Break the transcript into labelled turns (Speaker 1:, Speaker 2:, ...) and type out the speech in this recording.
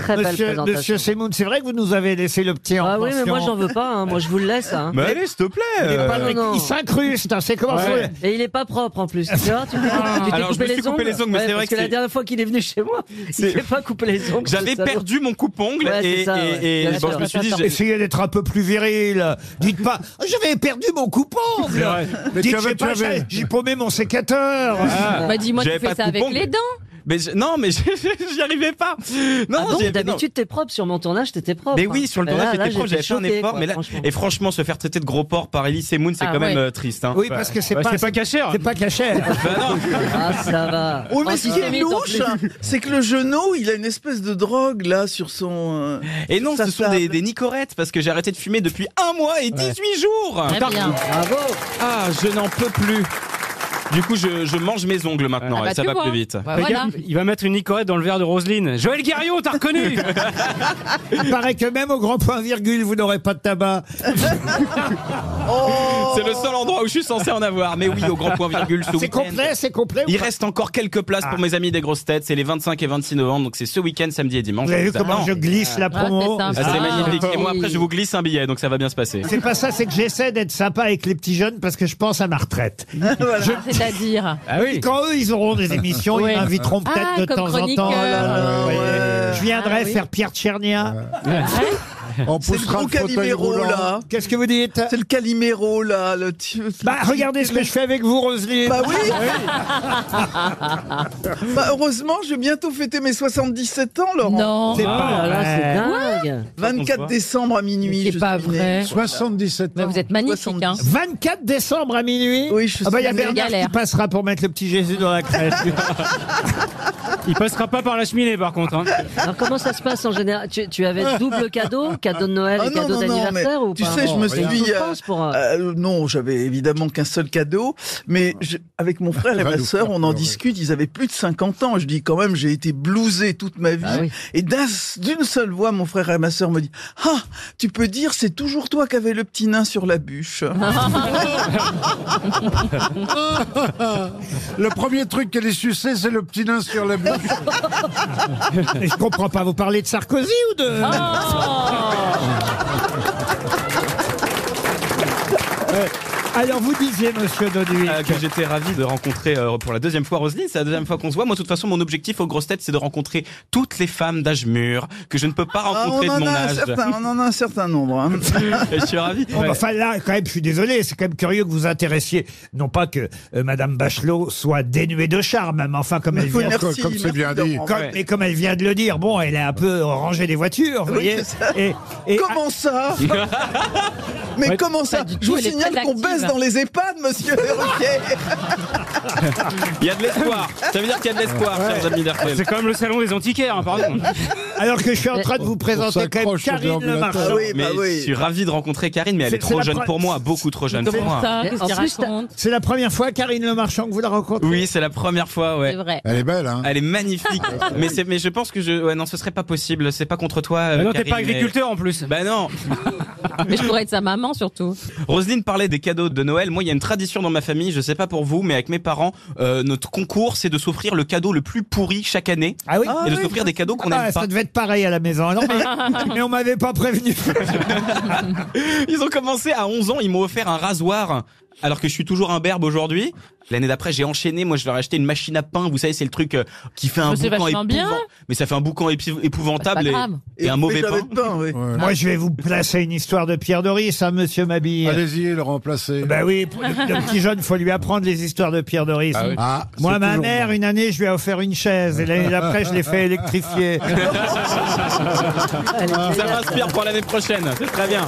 Speaker 1: Très belle
Speaker 2: Monsieur,
Speaker 1: présentation.
Speaker 2: Monsieur Semoun, c'est vrai que vous nous avez laissé le petit en
Speaker 1: Ah oui, mais moi
Speaker 2: pension.
Speaker 1: j'en veux pas, hein. moi je vous le laisse. hein.
Speaker 3: Mais allez, s'il te plaît
Speaker 2: Il est
Speaker 3: euh,
Speaker 2: pas-
Speaker 1: non, non.
Speaker 2: Il s'incruste, hein, c'est comment ça
Speaker 3: Ouais. Ah.
Speaker 1: Et il est pas propre en plus. Tu vois, tu t'es- tu t'es
Speaker 3: Alors, je me
Speaker 1: coupé,
Speaker 3: suis
Speaker 1: les
Speaker 3: coupé
Speaker 1: ongles.
Speaker 3: les ongles, mais
Speaker 1: Ouais,
Speaker 3: c'est vrai
Speaker 1: parce
Speaker 3: que
Speaker 1: que la
Speaker 3: c'est-
Speaker 1: dernière fois qu'il est venu chez moi, il
Speaker 3: C'est-
Speaker 1: s'est pas coupé les ongles.
Speaker 3: J'avais
Speaker 1: ce salaud.
Speaker 3: perdu mon coupe-ongle
Speaker 1: Ouais,
Speaker 3: et,
Speaker 1: c'est ça, ouais.
Speaker 3: et- et
Speaker 1: Bien
Speaker 3: bon,
Speaker 1: sûr.
Speaker 3: je me suis dit, j'ai-
Speaker 2: Essayez d'être un peu plus viril. Dites pas, Oh, j'avais perdu mon coupon.
Speaker 4: Mais
Speaker 2: Dites,
Speaker 4: tu avais-
Speaker 2: j'ai pas-
Speaker 4: tu avais- Ah.
Speaker 2: j'ai paumé mon sécateur. Ah.
Speaker 5: Bah dis-moi, tu
Speaker 3: J'avais pas
Speaker 5: fais
Speaker 3: de
Speaker 5: ça avec
Speaker 3: coupon.
Speaker 5: les dents.
Speaker 3: mais je- non, mais je- j'y arrivais pas. Non,
Speaker 1: Ah bon,
Speaker 3: j'y- non.
Speaker 1: d'habitude t'es propre sur mon tournage, t'étais propre.
Speaker 3: Mais
Speaker 1: hein.
Speaker 3: oui, sur le
Speaker 1: Mais là-
Speaker 3: tournage,
Speaker 1: là,
Speaker 3: j'étais proche, j'avais fait un
Speaker 1: choqué,
Speaker 3: effort,
Speaker 1: quoi,
Speaker 3: mais là,
Speaker 1: franchement.
Speaker 3: et franchement, se faire traiter de gros porc par Elise Moon, c'est
Speaker 5: Ah
Speaker 3: quand même
Speaker 5: ouais.
Speaker 3: euh, triste. Hein.
Speaker 2: Oui, parce que c'est
Speaker 4: Bah,
Speaker 2: pas,
Speaker 4: c'est pas cachère.
Speaker 2: c'est pas cachère.
Speaker 3: Bah non.
Speaker 1: Ah ça va.
Speaker 6: Oh, mais
Speaker 5: Oh,
Speaker 6: ce
Speaker 5: tu
Speaker 6: qui
Speaker 5: t'es
Speaker 6: est
Speaker 5: mis en
Speaker 6: louche, hein, c'est que le genou, il a une espèce de drogue là sur son. euh,
Speaker 3: Et non,
Speaker 6: Ça
Speaker 3: ce sont
Speaker 6: tape.
Speaker 3: des, des nicorettes parce que j'ai arrêté de fumer depuis un mois et 18 jours.
Speaker 5: Très Ah, bien.
Speaker 1: Bravo.
Speaker 3: Ah, je n'en peux plus. Du coup, je, je mange mes ongles maintenant
Speaker 5: Ah bah,
Speaker 3: et ça
Speaker 5: tu
Speaker 3: va
Speaker 5: vois.
Speaker 3: plus vite.
Speaker 5: Bah,
Speaker 4: Fais
Speaker 5: voilà.
Speaker 4: gaffe, il va mettre une nicorette dans le verre de Roselyne. Joël Guerriot, t'as reconnu
Speaker 2: Il paraît que même au grand point virgule, vous n'aurez pas de tabac.
Speaker 3: C'est le seul endroit où je suis censé en avoir. Mais oui, au grand point virgule ce
Speaker 2: C'est
Speaker 3: week-end.
Speaker 2: complet, c'est complet. ou
Speaker 3: Il
Speaker 2: pas
Speaker 3: reste encore quelques places pour mes amis des grosses têtes. C'est les 25 et 26 novembre, donc c'est ce week-end, samedi et dimanche.
Speaker 2: Vous avez vu
Speaker 3: Ça-
Speaker 2: comment
Speaker 3: non.
Speaker 2: je glisse la
Speaker 5: Ah,
Speaker 2: promo Ah,
Speaker 5: c'est sympa.
Speaker 3: Ah, c'est magnifique. Et moi,
Speaker 5: Oui.
Speaker 3: après, je vous glisse un billet, donc ça va bien se passer.
Speaker 2: C'est pas ça, c'est que j'essaie d'être sympa avec les petits jeunes parce que je pense à ma retraite.
Speaker 6: voilà.
Speaker 5: C'est-à-dire.
Speaker 4: Ah oui
Speaker 2: Quand eux, ils auront des émissions,
Speaker 5: Ouais.
Speaker 2: ils m'inviteront
Speaker 5: Ah,
Speaker 2: peut-être de
Speaker 5: comme
Speaker 2: temps en
Speaker 5: chroniqueur.
Speaker 2: temps.
Speaker 6: Ah,
Speaker 2: Vous voyez.
Speaker 6: ouais.
Speaker 2: Je viendrai
Speaker 5: Ah, oui.
Speaker 2: faire Pierre Tchernia.
Speaker 7: On
Speaker 6: C'est le
Speaker 7: poussera
Speaker 6: gros
Speaker 7: le fauteuil
Speaker 6: Calimero
Speaker 7: roulant.
Speaker 6: là.
Speaker 2: Qu'est-ce que vous dites
Speaker 6: C'est le Calimero là. Le... t-
Speaker 2: Bah, regardez ce que je fais avec vous, Roselyne.
Speaker 6: Bah oui Bah heureusement, je vais bientôt fêter mes 77 ans, Laurent.
Speaker 5: Non.
Speaker 2: C'est
Speaker 1: Oh
Speaker 2: pas
Speaker 1: là là,
Speaker 2: vrai.
Speaker 1: c'est dingue.
Speaker 6: 24 décembre à minuit. je
Speaker 5: C'est
Speaker 6: suis
Speaker 5: pas
Speaker 6: née.
Speaker 5: vrai.
Speaker 7: 77
Speaker 5: Bah,
Speaker 7: ans.
Speaker 5: vous êtes magnifique. Hein.
Speaker 2: 24 décembre à minuit
Speaker 6: Oui, je
Speaker 2: Ah bah, il y a
Speaker 6: suis
Speaker 2: Bernard
Speaker 5: galère.
Speaker 2: qui passera pour mettre le petit Jésus dans la crèche.
Speaker 4: Il passera pas par la cheminée par contre. hein.
Speaker 1: Alors comment ça se passe en général tu, tu avais double cadeau, cadeau de Noël
Speaker 6: Ah
Speaker 1: et cadeau
Speaker 6: non, non, non, mais
Speaker 1: d'anniversaire ou
Speaker 6: tu
Speaker 1: pas
Speaker 6: sais, je me
Speaker 1: Oh,
Speaker 6: suis
Speaker 1: rien.
Speaker 6: dit,
Speaker 1: Je
Speaker 6: euh,
Speaker 1: pense pour, euh,
Speaker 6: Euh, non, j'avais évidemment qu'un seul cadeau, mais je- avec mon frère et
Speaker 7: Va
Speaker 6: ma
Speaker 7: nous
Speaker 6: sœur,
Speaker 7: faire
Speaker 6: on en
Speaker 7: pleurer.
Speaker 6: discute. Ils avaient plus de 50 ans. Je dis quand même, j'ai été blousé toute ma vie.
Speaker 1: Ah oui.
Speaker 6: Et d'un- d'une seule voix, mon frère et ma sœur me disent Ah, tu peux dire, c'est toujours toi qui avais le petit nain sur la bûche.
Speaker 7: Le premier truc qu'elle ait sucé, c'est le petit nain sur la bouche.
Speaker 2: Et je comprends pas, vous parlez de Sarkozy ou de...
Speaker 5: Oh.
Speaker 2: Alors, vous disiez, monsieur Doduy,
Speaker 3: Euh, que j'étais ravi de rencontrer euh, pour la deuxième fois Roselyne, c'est la deuxième fois qu'on se voit. Moi, de toute façon, mon objectif aux grosses têtes, c'est de rencontrer toutes les femmes d'âge mûr que je ne peux pas
Speaker 6: Ah, on,
Speaker 3: rencontrer de
Speaker 6: en
Speaker 3: mon
Speaker 6: a un
Speaker 3: âge.
Speaker 6: certain, on en a un certain nombre. hein.
Speaker 3: Et je suis ravi.
Speaker 2: Bon, bah, Enfin là, quand même, je suis désolé, c'est quand même curieux que vous vous intéressiez, non pas que euh, Madame Bachelot soit dénuée de charme, mais enfin comme elle
Speaker 6: Oui,
Speaker 2: vient,
Speaker 7: comme- comme c'est
Speaker 6: merci,
Speaker 7: bien
Speaker 6: Laurent.
Speaker 7: dit.
Speaker 2: comme,
Speaker 3: Ouais.
Speaker 2: mais comme elle vient de le dire, bon, elle est un peu rangée des voitures, vous
Speaker 6: Oui,
Speaker 2: voyez.
Speaker 6: c'est ça.
Speaker 2: Et, et-
Speaker 6: Comment ça Mais comment ça
Speaker 5: du
Speaker 6: Je vous
Speaker 5: tout, elle est
Speaker 6: signale
Speaker 5: très
Speaker 6: qu'on
Speaker 5: active.
Speaker 6: baisse dans les EHPAD, monsieur Ruquier.
Speaker 3: Il y a de l'espoir. Ça veut dire qu'il y a de l'espoir, chers amis d'RTL.
Speaker 4: Ah, C'est comme le salon des antiquaires, hein, pardon.
Speaker 2: alors que je suis en train de vous présenter quand même
Speaker 7: s'accroche au
Speaker 2: Karine
Speaker 7: déambulateur.
Speaker 2: Le
Speaker 6: Eh, Ah
Speaker 2: Marchand.
Speaker 6: oui,
Speaker 3: Mais
Speaker 6: bah
Speaker 3: je
Speaker 6: oui.
Speaker 3: suis ravi de rencontrer Karine, mais elle
Speaker 2: C'est-
Speaker 3: est,
Speaker 2: c'est
Speaker 3: trop
Speaker 2: la
Speaker 3: jeune
Speaker 2: pre-
Speaker 3: pour moi, beaucoup trop jeune pour moi.
Speaker 5: Ça,
Speaker 1: Mais
Speaker 5: qu'est-ce
Speaker 1: en
Speaker 5: qu'il
Speaker 1: plus, t'as-
Speaker 5: raconte
Speaker 2: C'est la première fois Karine Le Marchand que vous la rencontrez.
Speaker 3: Oui, c'est la première fois, ouais.
Speaker 5: C'est vrai.
Speaker 7: Elle est belle, hein
Speaker 3: Elle est magnifique. mais c'est, mais je pense que je, ouais, non, ce serait pas possible. C'est pas contre toi. euh,
Speaker 4: Ah non, t'es
Speaker 3: Karine,
Speaker 4: pas agriculteur en plus.
Speaker 3: mais- Bah non.
Speaker 5: Mais je pourrais être sa maman surtout.
Speaker 3: Roselyne parlait des cadeaux de Noël. Moi, il y a une tradition dans ma famille. Je sais pas pour vous, mais avec mes parents, euh, notre concours, c'est de s'offrir le cadeau le plus pourri chaque année
Speaker 2: Ah oui.
Speaker 6: Ah,
Speaker 3: et de
Speaker 6: oui,
Speaker 3: s'offrir des cadeaux qu'on
Speaker 2: Ah,
Speaker 3: aime
Speaker 2: ça
Speaker 3: pas.
Speaker 2: devait être pareil à la maison. Non, mais, mais on m'avait pas prévenu.
Speaker 3: Ils ont commencé à 11 ans. Ils m'ont offert un rasoir. Alors que je suis toujours un berbe aujourd'hui. L'année d'après, j'ai enchaîné. Moi, je leur ai acheté une machine à pain. Vous savez, c'est le truc euh, qui fait un
Speaker 5: Mais Oh, c'est
Speaker 3: boucan
Speaker 5: vachement
Speaker 3: épouvant-
Speaker 5: bien. Bah,
Speaker 3: Mais ça fait un boucan épi- épouvantable et-
Speaker 5: grave.
Speaker 3: et, un
Speaker 6: vous
Speaker 3: mauvais
Speaker 6: pouvez
Speaker 3: pain.
Speaker 6: jamais de pain, oui.
Speaker 7: Ouais.
Speaker 2: Moi, je vais vous placer une histoire de Pierre Doris, hein, monsieur Mabille.
Speaker 7: Allez-y, le remplacer.
Speaker 2: Ben oui, pour le, le petit jeune, faut lui apprendre les histoires de Pierre Doris.
Speaker 7: Ah,
Speaker 2: Moi,
Speaker 7: c'est
Speaker 2: ma
Speaker 7: toujours
Speaker 2: mère, une année, je lui ai offert une chaise. Et l'année d'après, je l'ai fait électrifier.
Speaker 1: elle est
Speaker 3: Ça
Speaker 1: géniale.
Speaker 3: m'inspire pour l'année prochaine. C'est très bien.